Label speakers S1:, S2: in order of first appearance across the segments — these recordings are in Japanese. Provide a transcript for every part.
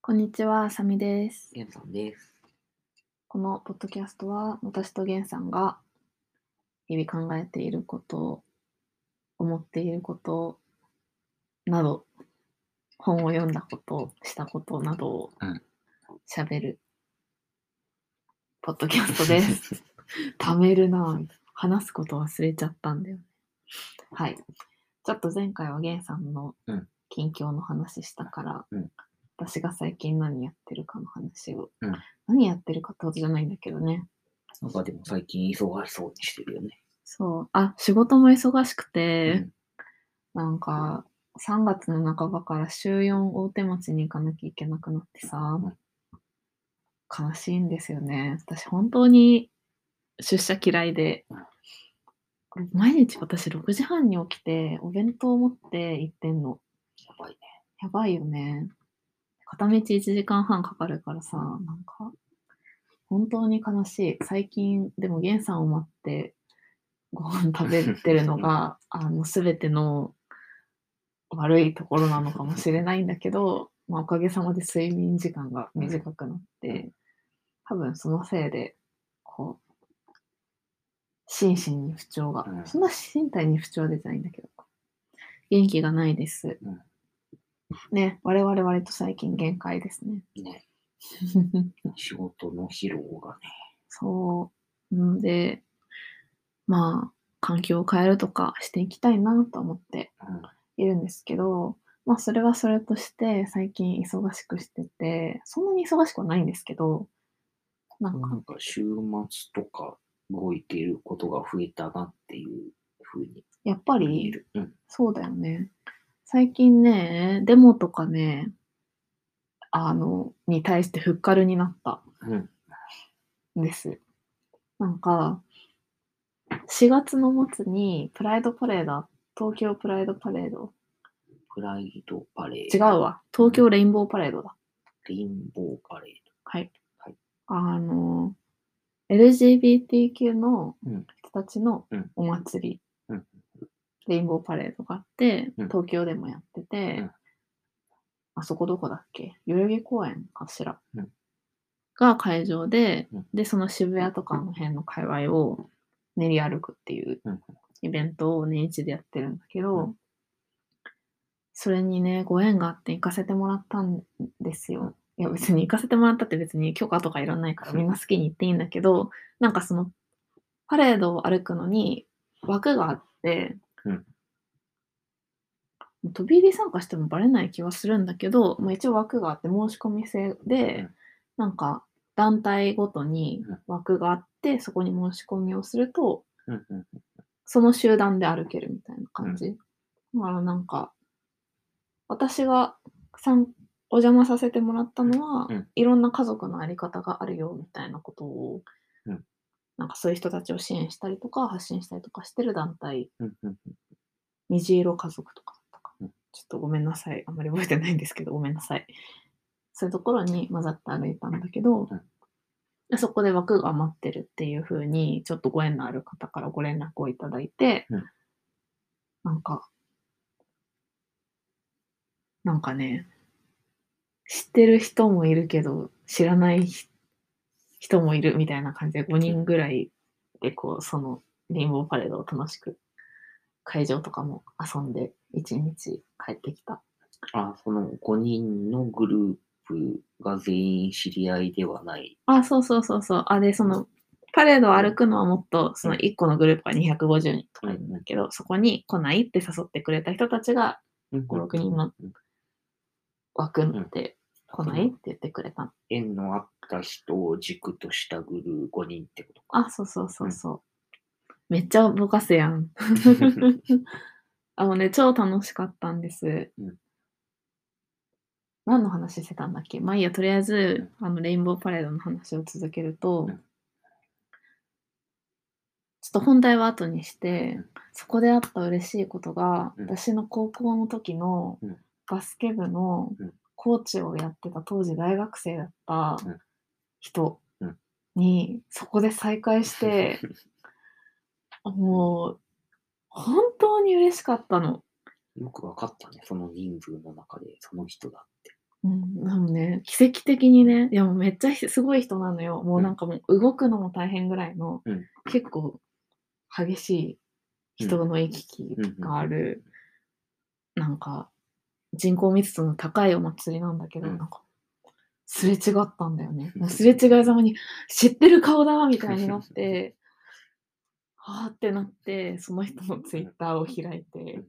S1: こんにちは、あさみです。
S2: ゲンさんです。
S1: このポッドキャストは、私とげんさんが日々考えていること、思っていることなど、本を読んだこと、したことなどを
S2: うん
S1: しゃべる、ポッドキャストです。貯めるなぁ話すこと忘れちゃったんだよね。はい。ちょっと前回はゲンさんの
S2: うん
S1: 近況の話したから、
S2: うん
S1: 私が最近何やってるかの話を、
S2: うん
S1: 何やってるかってことじゃないんだけどね。
S2: なんかでも最近忙しそうにしてるよね。
S1: そう。あ、仕事も忙しく
S2: う
S1: て、
S2: ん
S1: なんか、3月の半ばから週4大手町に行かなきゃいけなくなってさ、
S2: うん
S1: 悲しいんですよね。私本当に出社嫌いで
S2: うん、
S1: 毎日私6時半に起きてお弁当を持って行ってんの。
S2: やばいね。
S1: やばいよね。片道1時間半かかるからさ、なんか、本当に悲しい。最近、でも、ゲンさんを待って、ご飯食べてるのが、 あの、すべての悪いところなのかもしれないんだけど、まあ、おかげさまで睡眠時間が短くなって、多分そのせいで、こう、心身に不調が
S2: う、ん
S1: そんな身体に不調は出てないんだけど、元気がないです。ね、我々割と最近限界です ね。
S2: ね。仕事の疲労がね。
S1: そう。んで、まあ、環境を変えるとかしていきたいなと思って
S2: うん
S1: いるんですけど、まあ、それはそれとして、最近忙しくしてて、そんなに忙しくはないんですけど、なん
S2: な
S1: か
S2: ん、か週末とか動いていることが増えたなっていうふうに
S1: やっぱ
S2: 見え
S1: り、
S2: る。うん。
S1: そうだよね。最近ね、デモとかね、あの、に対してフッカルになった。
S2: うん。
S1: です。なんか、4月の末にプライドパレード、東京プライドパレード、
S2: プライドパレ
S1: 違
S2: ー
S1: う
S2: ド。う。
S1: わ、東京レインボーパレードだ。
S2: レインボーパレー
S1: はい。
S2: はい
S1: あの、LGBTQ の
S2: うん
S1: 人たちの
S2: うん
S1: お祭り、
S2: うん
S1: レインボーパレードがあって、
S2: うん
S1: 東京でもやってて、
S2: うん
S1: あそこどこだっけ代々木公園かしら、
S2: うん
S1: が会場で、
S2: うん
S1: で、その渋谷とかの辺の界隈を練り歩くっていう
S2: うん
S1: イベントを年一でやってるんだけど、
S2: うん
S1: それにね、ご縁があって行かせてもらったんですよ。いや別に行かせてもらったって別に許可とかいらないからみんな好きに行っていいんだけど、なんかそのパレードを歩くのに枠があって、
S2: うん
S1: 飛び入り参加してもバレない気はするんだけど、まあ、一応枠があって申し込み制で、
S2: うん
S1: なんか団体ごとに枠があってそこに申し込みをすると
S2: ド。うんうん。
S1: その集団で歩けるみたいな感じ。だからなんか、私がさんお邪魔させてもらったのは、
S2: うん
S1: いろんな家族のあり方があるよみたいなことを、
S2: うん
S1: なんかそういう人たちを支援したりとか、発信したりとかしてる団体、
S2: うんうん
S1: 虹色家族とかとか、
S2: うん
S1: ちょっとごめんなさい。あんまり覚えてないんですけど、ごめんなさい。そういうところに混ざって歩いたんだけど、
S2: うん
S1: でそこで枠が余ってるっていう風に、ちょっとご縁のある方からご連絡をいただいて、
S2: うん
S1: なんか、なんかね、知ってる人もいるけど、知らないひ人もいるみたいな感じで、5人ぐらいで、こう、その、レインボーパレードを楽しく、会場とかも遊んで、一日帰ってきた。
S2: あ、その5人のグループが全員知り合いではない。
S1: あ、そうそうそうそう。あ、で、その、パレードを歩くのはもっと、その1個のグループが250人とかいるんだけど、そこに来ないって誘ってくれた人たちが、
S2: 5、
S1: 5、6人の枠って来ないって言ってくれたの。
S2: 縁のあった人を軸としたグルー5人ってことか。
S1: あ、そうそうそうそう。めっちゃぼかすやん。あのね、超楽しかったんです。
S2: うん
S1: 何の話してたんだっけまあいいや、とりあえず、あの、レインボーパレードの話を続けると、
S2: うん
S1: ちょっと本題は後にして、
S2: うん
S1: そこであった嬉しいことが、
S2: うん
S1: 私の高校の時の
S2: うん
S1: バスケ部の
S2: うん
S1: コーチをやってた当時大学生だった
S2: うん
S1: 人
S2: うん
S1: に、そこで再会して、 もう、本当に嬉しかったの。
S2: よくわかったね、その人数の中で、その人だ。
S1: うん、でもね、奇跡的にね、いやもうめっちゃひすごい人なのよ。もうなんかもう動くのも大変ぐらいの、
S2: うん
S1: 結構激しい人の行き来がある、なんか人口密度の高いお祭りなんだけど、
S2: うん
S1: なんかすれ違ったんだよね。
S2: うん
S1: もうすれ違いざまに知ってる顔だみたいになって、 はーってなって、その人のツイッターを開いて、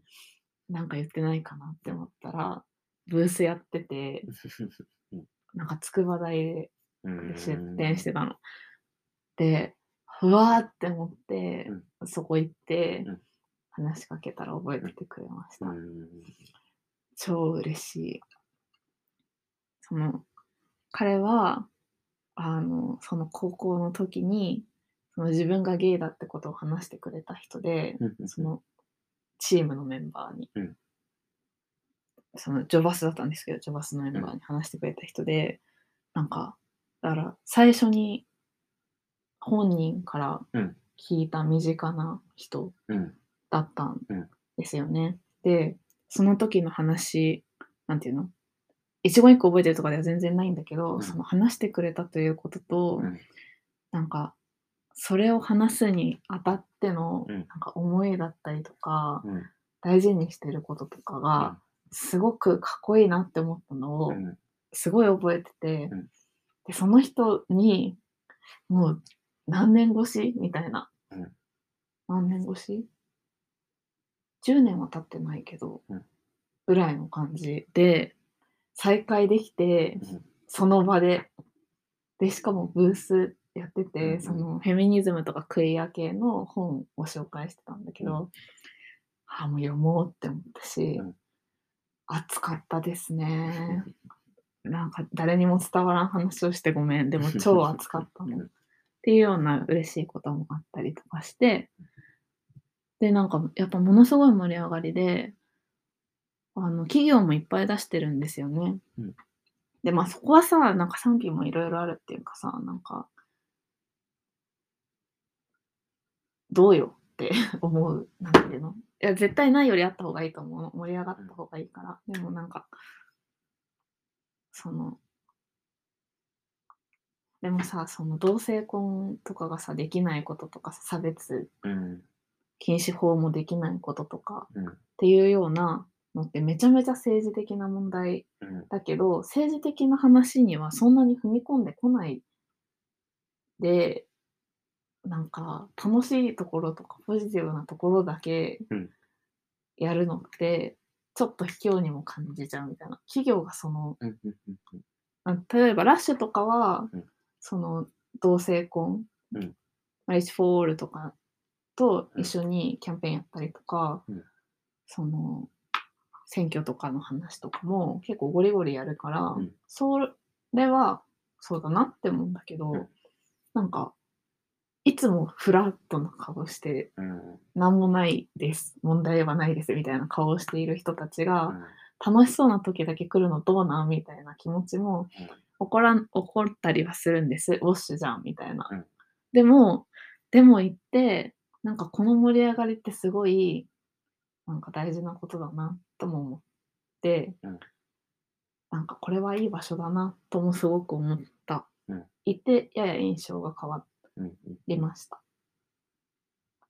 S1: なんか言ってないかなって思ったら、ブースやってて、なんか筑波大で
S2: うん
S1: 出店してたの。で、ふわーって思って、そこ行って
S2: うん、
S1: 話しかけたら覚えててくれました。
S2: うん
S1: 超嬉しい。その、彼は、あの、その高校の時に、その自分がゲイだってことを話してくれた人で、そのチームのメンバーに、
S2: うん
S1: そのジョバスだったんですけどジョバスのメンバーに話してくれた人で、なんかだから最初に本人から
S2: うん
S1: 聞いた身近な人
S2: うん
S1: だったん
S2: うん
S1: ですよね。でその時の話なんていうの一言一個覚えてるとかでは全然ないんだけど、
S2: うん
S1: その話してくれたということと、
S2: うん
S1: なんかそれを話すにあたっての、
S2: うん
S1: なんか思いだったりとか、
S2: うん
S1: 大事にしてることとかが、すごくかっこいいなって思ったのを、
S2: うん
S1: すごい覚えてて、
S2: うん
S1: でその人にもう何年越しみたいな、
S2: うん
S1: 何年越し ?10 年は経ってないけど、
S2: うん
S1: ぐらいの感じで再会できて、
S2: うん
S1: その場ででしかもブースやって
S2: うんう
S1: て、
S2: ん
S1: そのフェミニズムとかクイア系の本を紹介してたんだけど、
S2: う
S1: ああもう読もうって思ったし、
S2: うん
S1: 熱かったですね。なんか誰にも伝わらん話をしてごめん。でも超熱かったの。
S2: うん
S1: っていうような嬉しいこともあったりとかして、で、なんかやっぱものすごい盛り上がりで、あの、企業もいっぱい出してるんですよね。
S2: うん
S1: で、まあそこはさ、なんか賛否もいろいろあるっていうかさ、なんか、どうよって 思う、なんていうのいや、絶対ないよりあった方がいいと思うの。盛り上がった方がいいから。でもなんか、その、でもさ、その同性婚とかがさ、できないこととかさ、差別
S2: うん
S1: 禁止法もできないこととか
S2: うん
S1: っていうようなのってめちゃめちゃ政治的な問題
S2: うん
S1: だけど、政治的な話にはそんなに踏み込んでこないで、なんか楽しいところとかポジティブなところだけ
S2: うん
S1: やるのって、ちょっと卑怯にも感じちゃうみたいな。企業がその
S2: うんうんうん
S1: あ例えばラッシュとかは、
S2: うん
S1: その同性婚、
S2: うん
S1: マリッジ・フォー・オールとかと
S2: うん
S1: 一緒にキャンペーンやったりとか、
S2: うん
S1: その選挙とかの話とかも結構ゴリゴリやるから、
S2: ん
S1: それはそうだなって思うんだけど、
S2: うん
S1: なんかいつもフラットな顔して
S2: うん
S1: 何もないです問題はないですみたいな顔をしている人たちが、
S2: うん
S1: 楽しそうな時だけ来るのどうなんみたいな気持ちも
S2: うん
S1: 怒らん怒ったりはするんです。ウォッシュじゃんみたいな。
S2: うん
S1: でも、でも行って、なんかこの盛り上がりってすごい、なんか大事なことだなとも思って、
S2: うん
S1: なんかこれはいい場所だなともすごく思った。
S2: うん
S1: 行って、やや印象が変わ
S2: うん
S1: りました。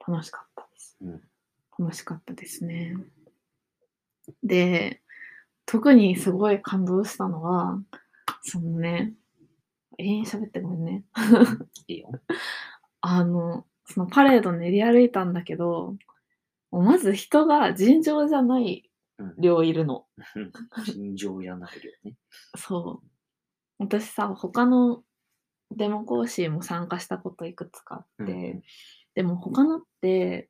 S1: 楽しかったです。
S2: うん
S1: 楽しかったですね。で、特にすごい感動したのは、そのね、永遠に喋ってごめんね。
S2: いいよ
S1: あの、そのパレード練り歩いたんだけど、もうまず人が尋常じゃない
S2: うん
S1: 量いるの。
S2: 尋常じゃないよね
S1: そう。私さ、他のデモ講師も参加したこといくつかあって、
S2: うん
S1: でも他のって、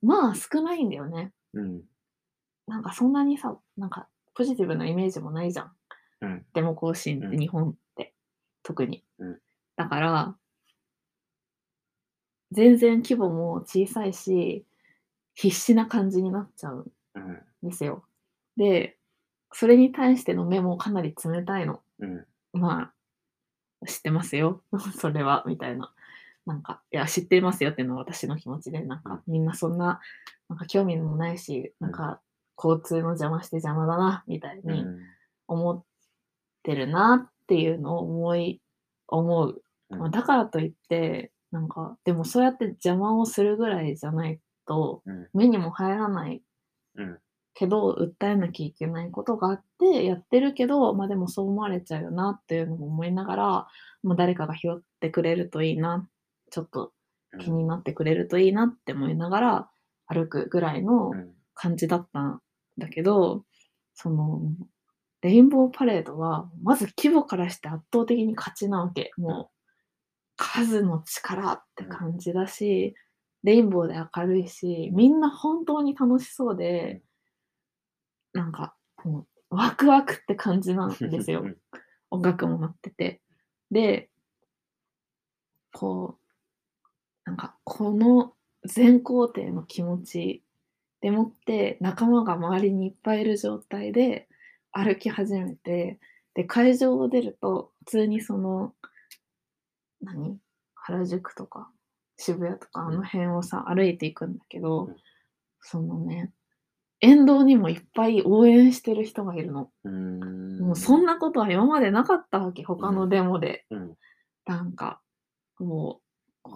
S1: まあ少ないんだよね。
S2: うん
S1: なんかそんなにさ、なんかポジティブなイメージもないじゃん。
S2: うん
S1: デモ行進っ
S2: う
S1: て
S2: ん
S1: 日本って、特に、
S2: うん
S1: だから、全然規模も小さいし、必死な感じになっちゃう
S2: うん
S1: んですよ。で、それに対しての目もかなり冷たいの。
S2: うん
S1: まあ、知ってますよ。 それは、みたいな。なんか、いや、知ってますよっていうのは私の気持ちで、なんか、みんなそんな、なんか興味もないし、なんか、交通の邪魔して邪魔だな、みたいに
S2: うん
S1: 思っってるなっていうのを思い、思う。
S2: うん
S1: まあだからといって、なんか、でもそうやって邪魔をするぐらいじゃないと、
S2: うん
S1: 目にも入らない
S2: うん
S1: けど、訴えなきゃいけないことがあって、やってるけど、まあでもそう思われちゃうよなっていうのも思いながら、まあ誰かが拾ってくれるといいな、ちょっと
S2: うん
S1: 気になってくれるといいなって思いながら歩くぐらいの
S2: うん
S1: 感じだったんだけど、その、レインボーパレードは、まず規模からして圧倒的に勝ちなわけ。もう、数の力って感じだし、レインボーで明るいし、みんな本当に楽しそうで、なんか、もう、ワクワクって感じなんですよ
S2: う。ん
S1: 音楽も鳴ってて。で、こう、なんか、この全肯定の気持ちでもって、仲間が周りにいっぱいいる状態で歩き始めて、で、会場を出ると、普通にその、何原宿とか渋谷とかあの辺をさ、歩いていくんだけど、
S2: うん
S1: そのね、沿道にもいっぱい応援してる人がいるの。
S2: うん
S1: もうそんなことは今までなかったわけ、他のデモで。
S2: うん
S1: なんか、もう、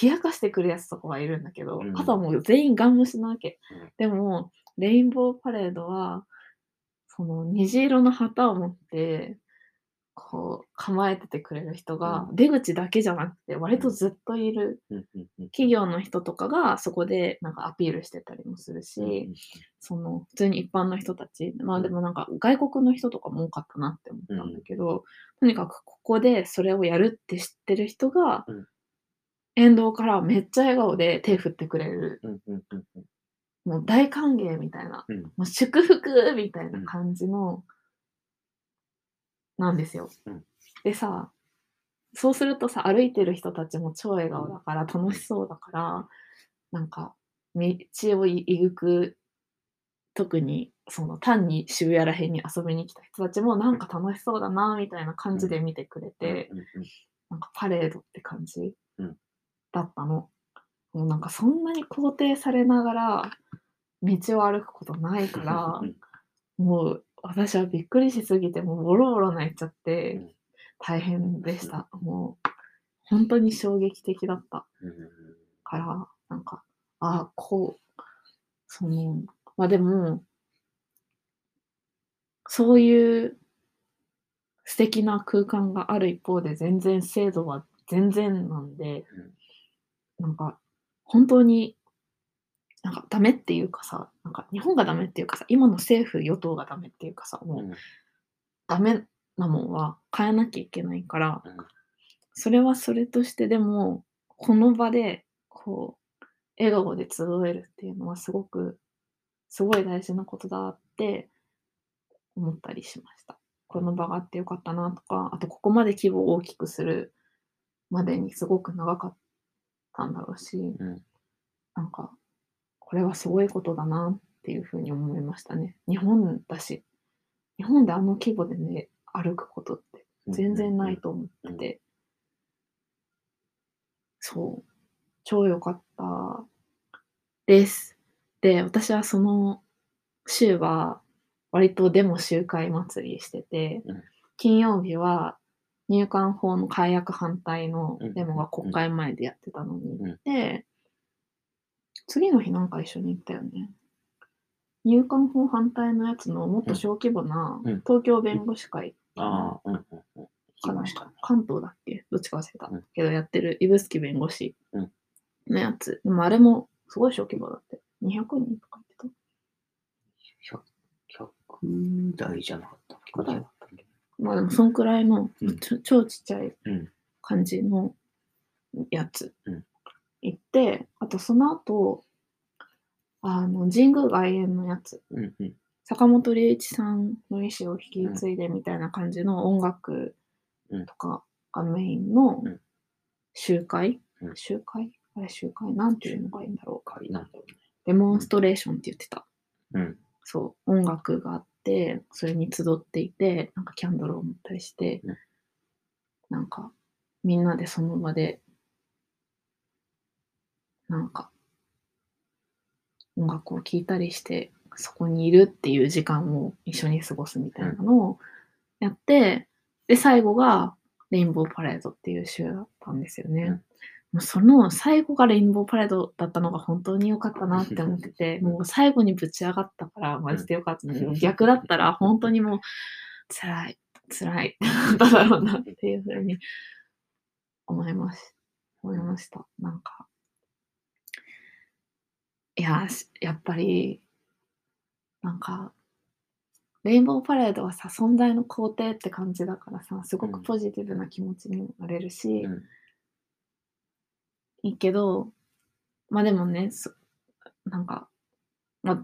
S1: 冷やかしてくるやつとかはいるんだけど、
S2: うん
S1: あとはもう全員ガン無視なわけ
S2: うん。
S1: でも、レインボーパレードは、その虹色の旗を持って、こう、構えててくれる人が
S2: う、ん
S1: 出口だけじゃなくて、割とずっといる
S2: うんうんうん
S1: 企業の人とかが、そこでなんかアピールしてたりもするし、その普通に一般の人たち、まあ
S2: うん
S1: でもなんか外国の人とかも多かったなって思ったんだけど、とにかくここでそれをやるって知ってる人が、
S2: うん
S1: 沿道からめっちゃ笑顔で手振ってくれる、
S2: うんうんうんうん
S1: もう大歓迎みたいな、
S2: うん
S1: もう祝福みたいな感じの、なんですよ。
S2: うん
S1: でさ、そうするとさ、歩いてる人たちも超笑顔だから、楽しそうだから、なんか、道をいいぐく、特に、その単に渋谷らへんに遊びに来た人たちも、なんか楽しそうだな、みたいな感じで見てくれて、
S2: うんうんうん
S1: なんかパレードって感じ、
S2: うん
S1: だったの。もうなんかそんなに肯定されながら道を歩くことないから
S2: う、ん
S1: もう私はびっくりしすぎて、もうボロボロ泣いちゃっ
S2: う
S1: て
S2: ん
S1: 大変でした。もう本当に衝撃的だった
S2: うん
S1: から、なんか、ああ、こう、その、まあでも、そういう素敵な空間がある一方で、全然制度は全然なんで、なんか、本当に、なんかダメっていうかさ、なんか日本がダメっていうかさ、今の政府、与党がダメっていうかさ、もう
S2: うん
S1: ダメなもんは変えなきゃいけないから、
S2: うん
S1: それはそれとしてでもこの場でこう笑顔で集えるっていうのはすごくすごい大事なことだって思ったりしました。この場があってよかったなとかあとここまで規模を大きくするまでにすごく長かったんだろうし、
S2: うん
S1: なんかこれはすごいことだなっていうふうに思いましたね。日本だし日本であの規模でね歩くことって全然ないと思ってて、そう、超良かったです。で、私はその週は、割とデモ集会祭りしてて、
S2: うん
S1: 金曜日は入管法の解約反対の
S2: うん
S1: デモが国会前でやってたのに
S2: うん
S1: 行って、次の日なんか一緒に行ったよね。入管法反対のやつのもっと小規模な
S2: うん
S1: 東京弁護士会
S2: ああ、うんうんうん。行き
S1: かな
S2: ま
S1: ん
S2: した
S1: か。関東だっけどっちか忘れた、
S2: うん
S1: けどやってる指宿弁護士
S2: うん
S1: のやつ、でもあれもすごい小規模だって200人とか言って
S2: 100台じゃなかった。
S1: 100台だたまあでもそんくらいの、
S2: うん
S1: ちょ超ちっちゃい
S2: うん
S1: 感じのやつ、
S2: うん
S1: 行ってあとその後あの神宮外苑のやつ
S2: うんうん
S1: 坂本龍一さんの意思を引き継いでみたいな感じの音楽とかがメインの
S2: うん
S1: 集会、
S2: うん
S1: 集会あれ集会なんていうのがいいんだろう
S2: かいなんだろ
S1: デモンストレーションって言ってた。
S2: うね。
S1: そう、音楽があって、それに集っていて、なんかキャンドルを持ったりして、
S2: うん
S1: なんか、みんなでその場で、なんか、音楽を聴いたりして、そこにいるっていう時間を一緒に過ごすみたいなのをやって、で、最後がレインボーパレードっていう週だったんですよね。
S2: うん
S1: もうその最後がレインボーパレードだったのが本当に良かったなって思って て、もう最後にぶち上がったからマジで良かったんだけど、
S2: うん
S1: 逆だったら本当にもう辛い、辛い、 だっただろうなっていうふうに思いまし思いました。なんか。いや、しやっぱり、なんか、レインボーパレードはさ、存在の肯定って感じだからさ、すご
S2: う
S1: く
S2: ん
S1: ポジティブな気持ちにもなれるし、
S2: うん
S1: いいけど、まあでもね、そなんか、ま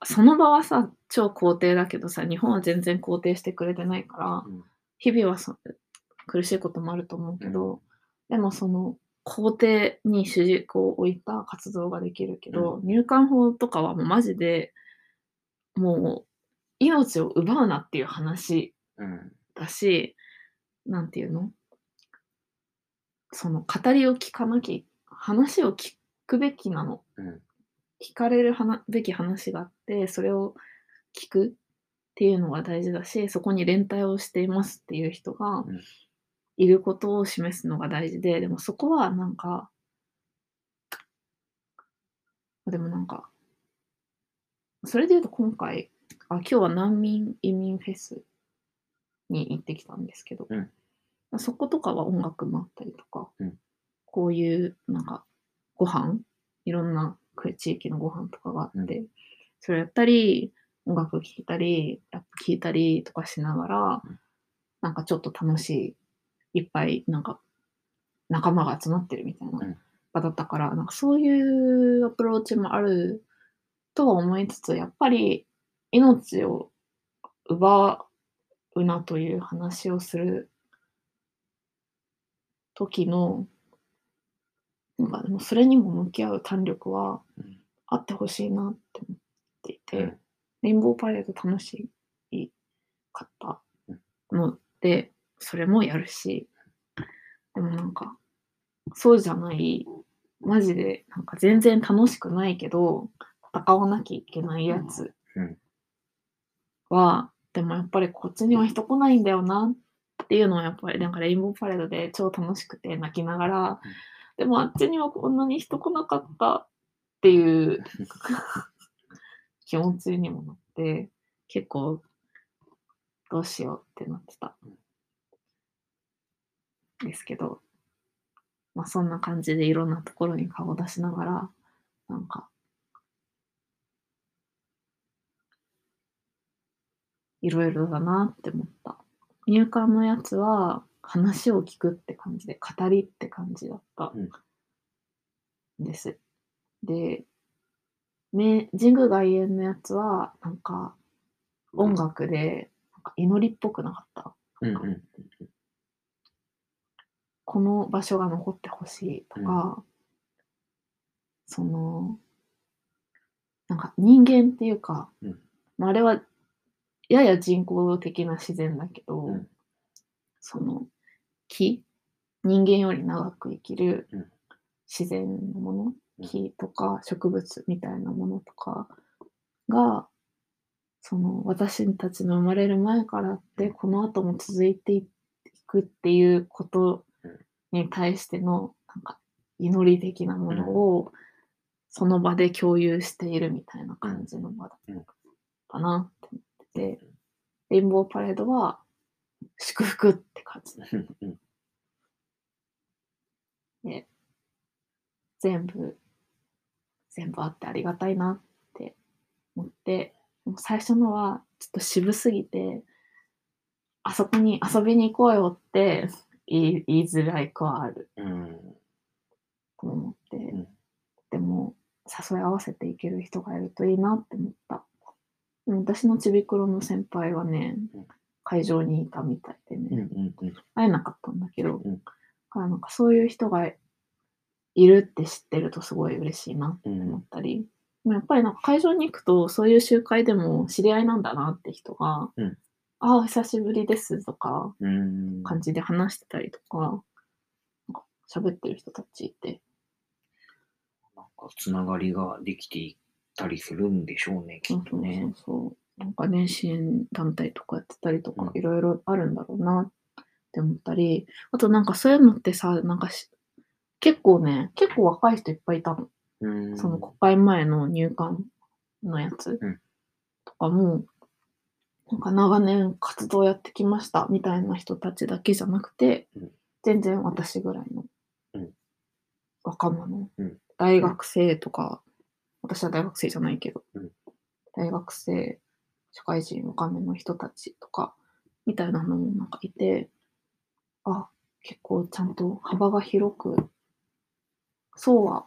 S1: あ、その場はさ、超肯定だけどさ、日本は全然肯定してくれてないから、
S2: うん
S1: 日々はそ苦しいこともあると思うけど、でもその肯定に主軸を置いた活動ができるけど、入管法とかはもうマジでもう命を奪うなっていう話
S2: うん
S1: だしなんていうのその語りを聞かなきゃ話を聞くべきなの
S2: うん
S1: 聞かれるはなべき話があってそれを聞くっていうのが大事だしそこに連帯をしていますっていう人が
S2: うん
S1: いることを示すのが大事ででもそこはなんかでもなんかそれで言うと今回あ今日は難民移民フェスに行ってきたんですけど、
S2: うん
S1: そことかは音楽もあったりとか、
S2: うん
S1: こういうなんかご飯いろんな国地域のご飯とかがあって、それやったり音楽聴いたりラップ聴いたりとかしながら、
S2: うん
S1: なんかちょっと楽しいいっぱいなんか仲間が集まってるみたいな
S2: うん
S1: 場だったから、なんかそういうアプローチもあるとは思いつつやっぱり命を奪うなという話をする時のなんかでもそれにも向き合う胆力は
S2: うん
S1: あってほしいなって思っていて、
S2: うん
S1: レインボーパレード楽しいかったのでそれもやるしでもなんかそうじゃないマジでなんか全然楽しくないけど戦わなきゃいけないやつ
S2: うん
S1: は、でもやっぱりこっちには人来ないんだよなっていうのはやっぱりなんかレインボーパレードで超楽しくて泣きながら、でもあっちにはこんなに人来なかったっていう気持ちにもなって結構どうしようってなってたですけどまあそんな感じでいろんなところに顔を出しながらなんかいろいろだなって思った入管のやつは話を聞くって感じで語りって感じだったんです、でめ神宮外苑のやつはなんか音楽でなんか祈りっぽくなかった
S2: うんうん
S1: この場所が残ってほしいとか、そのなんか人間っていうか、
S2: うん
S1: まあ、あれはやや人工的な自然だけど、
S2: うん
S1: その木人間より長く生きる
S2: うん
S1: 自然のもの、
S2: うん
S1: 木とか植物みたいなものとかがその私たちの生まれる前からあってこの後も続いていくっていうことに対してのなんか祈り的なものをその場で共有しているみたいな感じの場だ
S2: うん
S1: ったなって思っててレインボーパレードは祝福って感じだ
S2: うんうん
S1: 全部全部あってありがたいなって思ってもう最初のはちょっと渋すぎてあそこに遊びに行こうよって言い言いづらい子はある
S2: うん
S1: と思って、
S2: ん
S1: でも誘い合わせていける人がいるといいなって思ったでも私のちびくろの先輩はね
S2: うん
S1: 会場にいたみたいでね、
S2: うんうんうん
S1: 会えなかったんだけど、
S2: うん
S1: だからなんかそういう人がいるって知ってるとすごい嬉しいな
S2: う
S1: って思っ
S2: ん
S1: たり、でもやっぱりなんか会場に行くとそういう集会でも知り合いなんだなって人が「
S2: うん
S1: ああお久しぶりです」とか
S2: うん
S1: 感じで話してたりとかなんか喋ってる人たちいて
S2: なんかつながりができていったりするんでしょうね、きっとね。
S1: そうそうそうなんかね、支援団体とかやってたりとか
S2: う、ん
S1: いろいろあるんだろうなって思ったり、あとなんかそういうのってさ、なんかし結構ね、結構若い人いっぱいいたの。
S2: うん。
S1: その国会前の入管のやつ
S2: うん
S1: とかも、なんか長年活動やってきましたみたいな人たちだけじゃなくて
S2: うん、
S1: 全然私ぐらいの
S2: うん
S1: 若者
S2: うん、
S1: 大学生とか、私は大学生じゃないけど
S2: うん、
S1: 大学生、社会人若めの人たちとか、みたいなのもなんかいて、あ、結構ちゃんと幅が広く、層は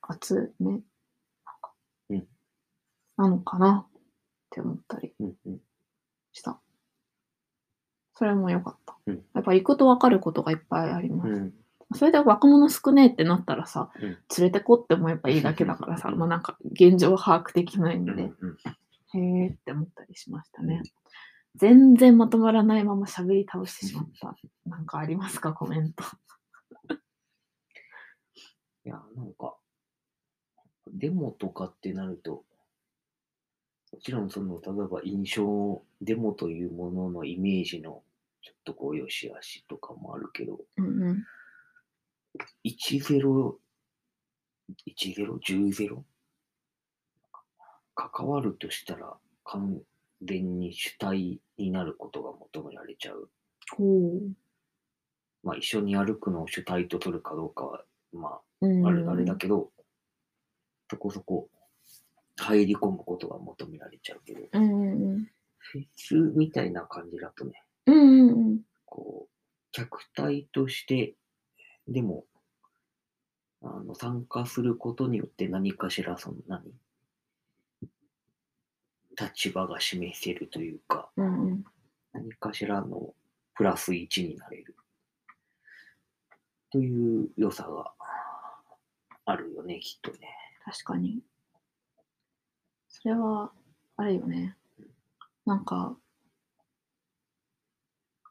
S1: 厚め、なんか
S2: うん
S1: なのかなって思ったり
S2: うんうん
S1: した。それも良かった。
S2: うん
S1: やっぱ行くと分かることがいっぱいあります。
S2: うん
S1: それで若者少ねえってなったらさ、
S2: うん
S1: 連れてこって思えばいいだけだからさ、
S2: うん
S1: まあなんか現状把握できないん
S2: う
S1: で、
S2: んうん
S1: へえって思ったりしましたね。全然まとまらないまま喋り倒してしまった。なんかありますかコメント。
S2: いや、なんか、デモとかってなると、もちろんその、例えば印象、デモというもののイメージの、ちょっとこう、良し悪しとかもあるけど、
S1: うんうん。
S2: 10、10、10? 関わるとしたら、完全に主体になることが求められちゃう。
S1: ほ
S2: まあ、一緒に歩くのを主体と取るかどうかは、まあ、
S1: う。うん、
S2: あれあれだけど、そこそこ入り込むことが求められちゃうけど、
S1: うんうんうん。
S2: フェスみたいな感じだとね、
S1: うんうんうん。
S2: こう、客体として、でも、あの参加することによって何かしらその何立場が示せるというか、
S1: うんうん
S2: 何かしらのプラス1になれる。という良さがあるよね、きっとね。
S1: 確かに。それは、あれよね。なんか、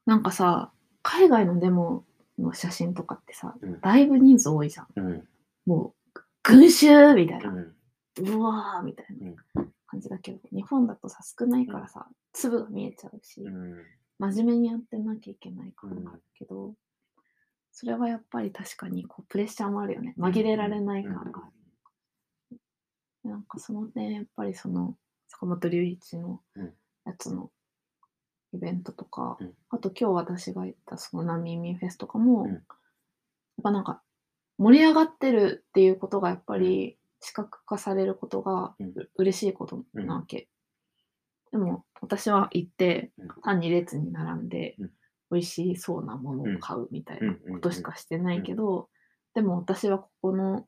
S1: なんかさ、海外のデモの写真とかってさ、
S2: うん
S1: だいぶ人数多いじゃん。
S2: うん。
S1: もう、群衆みたいな。
S2: うん
S1: うわーみたいな感じだけど、日本だとさ、少ないからさ、粒が見えちゃうし、
S2: うん
S1: 真面目にやってなきゃいけない感があるけど、それはやっぱり確かにこうプレッシャーもあるよね。紛れられない感がある。なんかその点やっぱりその坂本龍一の
S2: うん
S1: やつのイベントとか、
S2: うん
S1: あと今日私が行ったその難民民フェスとかも、
S2: うん
S1: やっぱなんか盛り上がってるっていうことがやっぱり視覚化されることが
S2: うん
S1: 嬉しいことなわけ、でも私は行って
S2: うん
S1: 単に列に並んで
S2: うん
S1: 美味しそうなものを買うみたいな
S2: う
S1: こ
S2: ん
S1: としかしてないけど、でも私はここの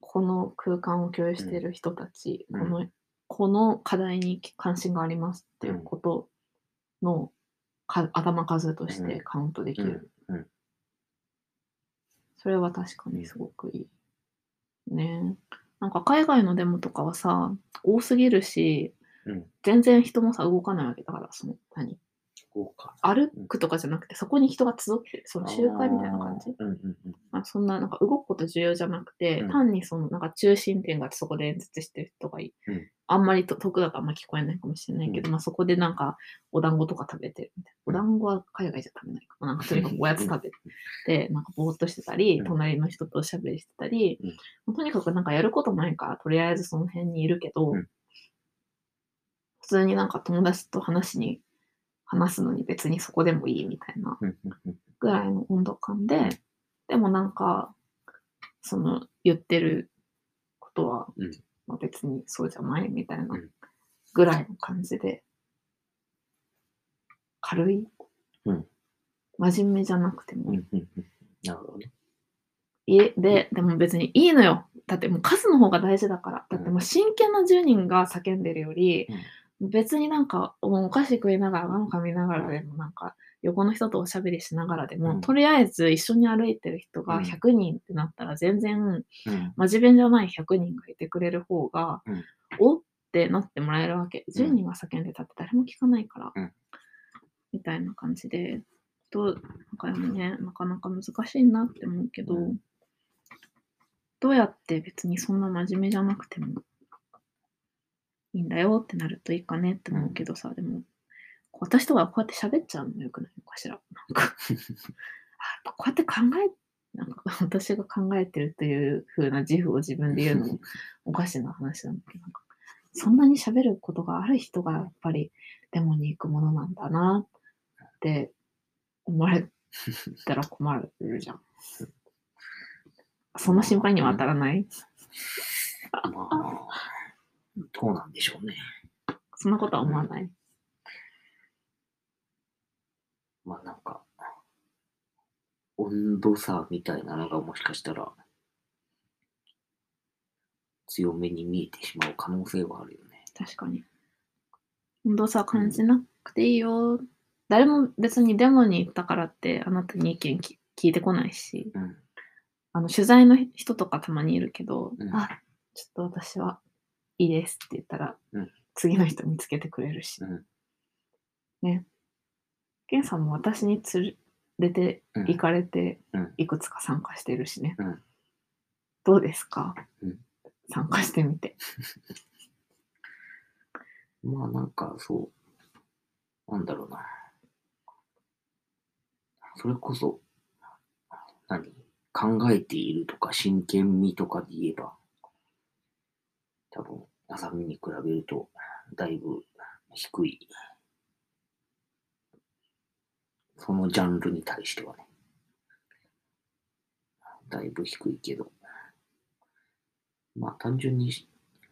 S1: この空間を共有している人たち、
S2: うん
S1: このこの課題に関心がありますっていうことのか頭数としてカウントできる、
S2: うんうん
S1: それは確かにすごくいいねなんか海外のデモとかはさ多すぎるし、
S2: うん
S1: 全然人もさ動かないわけだからその何
S2: 豪華。
S1: 歩くとかじゃなくてそこに人が集ってるその集会みたいな感じ
S2: あーうんうんうん
S1: まあ、そんななんか動くこと重要じゃなくて、
S2: うん
S1: 単にそのなんか中心点がそこで演説してる人がいい、
S2: うん
S1: あんまりと遠くだとあんま聞こえないかもしれないけど、まあ、そこでなんかお団子とか食べてるみたいなお団子は海外じゃ食べないかななんかとにかくおやつ食べてなんかぼーっとしてたり、
S2: うん
S1: 隣の人とおしゃべりしてたり、
S2: うん
S1: まあとにかくなんかやることないからとりあえずその辺にいるけど、
S2: うん
S1: 普通になんか友達と話に話すのに別にそこでもいいみたいな
S2: うんうんうん
S1: ぐらいの温度感で、でもなんか、その言ってることは、
S2: うん
S1: まあ、別にそうじゃないみたいな
S2: うん
S1: ぐらいの感じで、軽い、
S2: うん
S1: 真面目じゃなくても、
S2: うんうんうんなるほどね。
S1: 家で、でも別にいいのよ。だってもう数の方が大事だから。だってもう真剣な10人が叫んでるより、別になんかもうお菓子食いながら、ガム噛みながらでも、なんか横の人とおしゃべりしながらでも、
S2: うん
S1: とりあえず一緒に歩いてる人
S2: う
S1: が
S2: ん
S1: 100人ってなったら、全然
S2: うん
S1: 真面目じゃない100人がいてくれる方が、
S2: うん
S1: おってなってもらえるわけ。
S2: うん
S1: 10人が叫んでたって誰も聞かないから。
S2: うん
S1: みたいな感じで、どうなんかね、なかなか難しいなって思うけど、
S2: うん
S1: どうやって別にそんな真面目じゃなくてもいいんだよってなるといいかねって思うけどさ、でも、私とかこうやって喋っちゃうのよくないのかしら。なんかあ、やっぱこうやって考え、なんか私が考えてるという風な自負を自分で言うのもおかしな話なんだけど、なんかそんなに喋ることがある人がやっぱりデモに行くものなんだなって思われたら困るじゃん。そんな心配には当たらない
S2: まあ、どうなんでしょうね。
S1: そんなことは思わない
S2: まあなんか、温度差みたいなのがもしかしたら、強めに見えてしまう可能性はあるよね。
S1: 確かに。温度差は感じなくていいよ。誰も別にデモに行ったからってあなたに意見き聞いてこないし、
S2: うん。
S1: あの取材の人とかたまにいるけど、
S2: うん
S1: あちょっと私はいいですって言ったら、
S2: うん
S1: 次の人見つけてくれるし。
S2: うん
S1: ね。ケンさんも私に連れて
S2: うん
S1: 行かれて
S2: うん
S1: いくつか参加してるしね。
S2: うん
S1: どうですか、
S2: うん
S1: 参加してみて。
S2: まあなんかそう、なんだろうな。それこそ、何考えているとか真剣味とかで言えば、多分、浅見に比べると、だいぶ低い。そのジャンルに対してはね。だいぶ低いけど。まあ単純に、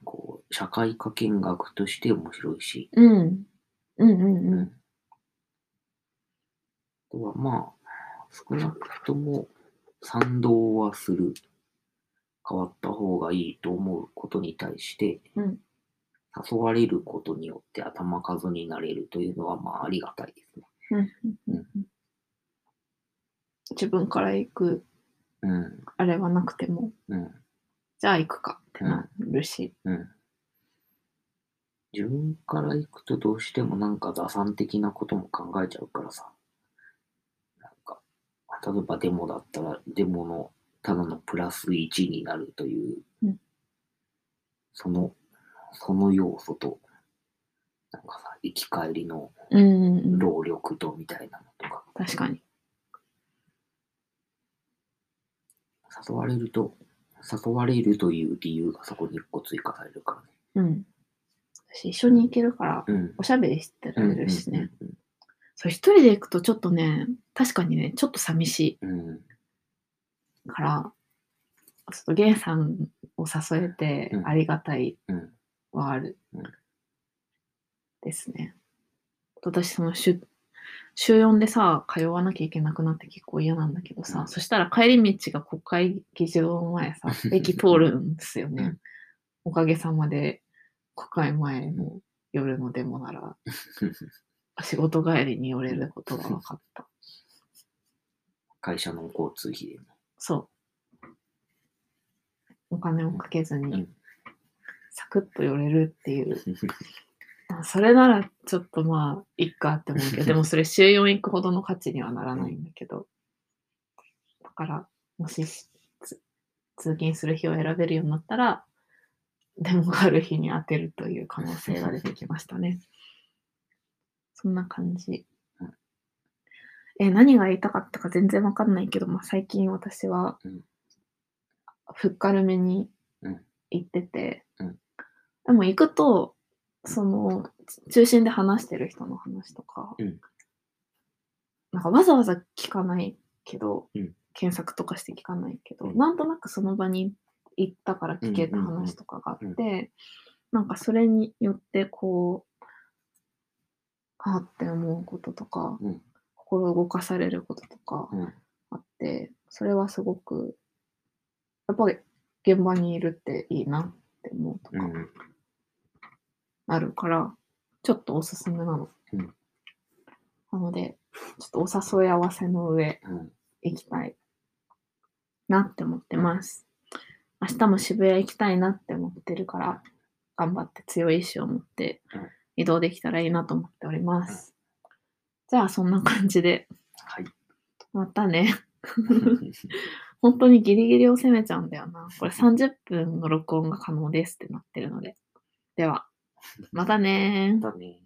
S2: こう、社会科見学として面白いし、
S1: うん。うんうんうん。
S2: あとはまあ、少なくとも賛同はする。変わった方がいいと思うことに対して、
S1: うん
S2: 誘われることによって頭数になれるというのはまあありがたいですね。
S1: 自分から行く
S2: うん、
S1: あれはなくても、
S2: うん、
S1: じゃあ行くかってなるし。
S2: うん。自分から行くとどうしてもなんか打算的なことも考えちゃうからさ。なんか、例えばデモだったら、デモのただのプラス1になるという、
S1: うん
S2: その、その要素と、なんかさ、生き返りの
S1: うん、うんうん。
S2: 労力とみたいなのとか、
S1: 確かに。
S2: 誘われると、誘われるという理由がそこに1個追加されるからね。
S1: うん。私一緒に行けるから、
S2: うん。
S1: おしゃべりしてられるしね。
S2: うん
S1: そう、一人で行くとちょっとね、確かにね、ちょっと寂し
S2: うんう
S1: い
S2: ん。
S1: から、ちょっとゲンさんを誘えて
S2: うん
S1: ありがたい
S2: うん。うん。
S1: はある。
S2: うん
S1: ですね。私、その週、週4でさ、通わなきゃいけなくなって結構嫌なんだけどさ、
S2: うん
S1: そしたら帰り道が国会議事堂前 さ、駅通るんですよね。
S2: うん
S1: おかげさまで、国会前の夜のデモなら、 仕事帰りに寄れることが分かった。
S2: 会社の交通費でね。
S1: そう。お金をかけず
S2: う
S1: に
S2: ん、
S1: サクッと寄れるって いうあそれならちょっとまあ、いっかって思うけ ど、でもそれ週4行くほどの価値にはならないんだけど。だから、もしつ通勤する日を選べるようになったら、でもある日に当てるという可能性が出てきました ね。そんな感じ
S2: うん。
S1: え、何が言いたかったか全然わかんないけど、まあ、最近私は
S2: うん、
S1: ふっかるめに
S2: うん
S1: 行ってて、
S2: うん
S1: でも行くと、その、中心で話してる人の話とか、
S2: うん
S1: なんかわざわざ聞かないけど、
S2: うん
S1: 検索とかして聞かないけど、
S2: うん
S1: なんとなくその場に行ったから聞けた
S2: うんうんうん
S1: 話とかがあって、なんかそれによってこう、あーって思うこととか、
S2: うん
S1: 心動かされることとか
S2: うん
S1: あって、それはすごく、やっぱり現場にいるっていいなって思うとか、
S2: うん。
S1: あるから、ちょっとおすすめなの。
S2: うん
S1: なので、ちょっとお誘い合わせの上、
S2: うん。
S1: 行きたいなって思ってます。明日も渋谷行きたいなって思ってるから、頑張って強い意志を持って
S2: うん
S1: 移動できたらいいなと思っております。じゃあそんな感じで、
S2: はい。
S1: またね。 本当にギリギリを攻めちゃうんだよな。これ30分の録音が可能ですってなってるので。では。またねー
S2: だね。